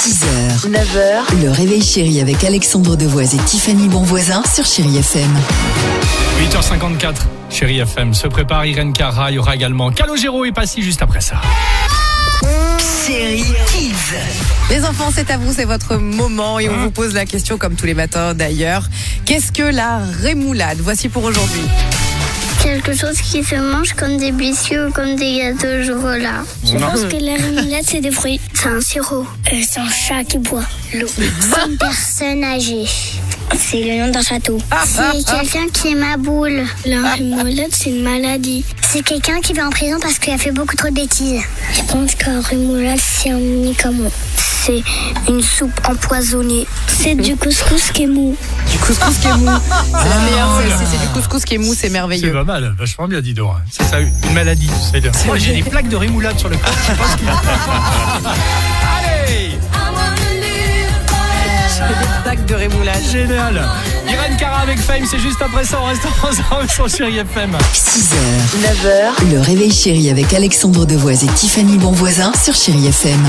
6h, 9h, le réveil chéri avec Alexandre Devoise et Tiffany Bonvoisin sur Chéri FM. 8h54, chérie FM se prépare, Irène Cara, il y aura également Calogero et Passy juste après ça. Chéri Kids. Hein Les enfants, c'est à vous, c'est votre moment et on vous pose la question comme tous les matins d'ailleurs. Qu'est-ce que la rémoulade Voici pour aujourd'hui. Quelque chose qui se mange comme des biscuits ou comme des gâteaux je là. Je pense que la rémoulade, c'est des fruits. C'est un sirop. c'est un chat qui boit l'eau. C'est une personne âgée. C'est le nom d'un château. Ah, C'est quelqu'un qui est ma boule. La rémoulade, c'est une maladie. C'est quelqu'un qui va en prison parce qu'il a fait beaucoup trop de bêtises. Je pense qu'un rémoulade, c'est un médicament. C'est une soupe empoisonnée. C'est du couscous qui est mou. Du couscous qui est mou. C'est Ah, oh la meilleure, c'est- c'est- c'est du couscous qui est mou, c'est merveilleux. C'est pas mal, vachement bien, dis donc. hein. C'est ça, une maladie, c'est bien. Moi, j'ai des plaques de rémoulade sur le corps. je pense que- Allez Des plaques de rémoulade. Génial Irène Cara avec Fame, c'est juste après ça, on reste ensemble sur Chérie FM. 6h, 9h, le réveil chéri avec Alexandre Devoise et Tiffany Bonvoisin sur Chéri FM.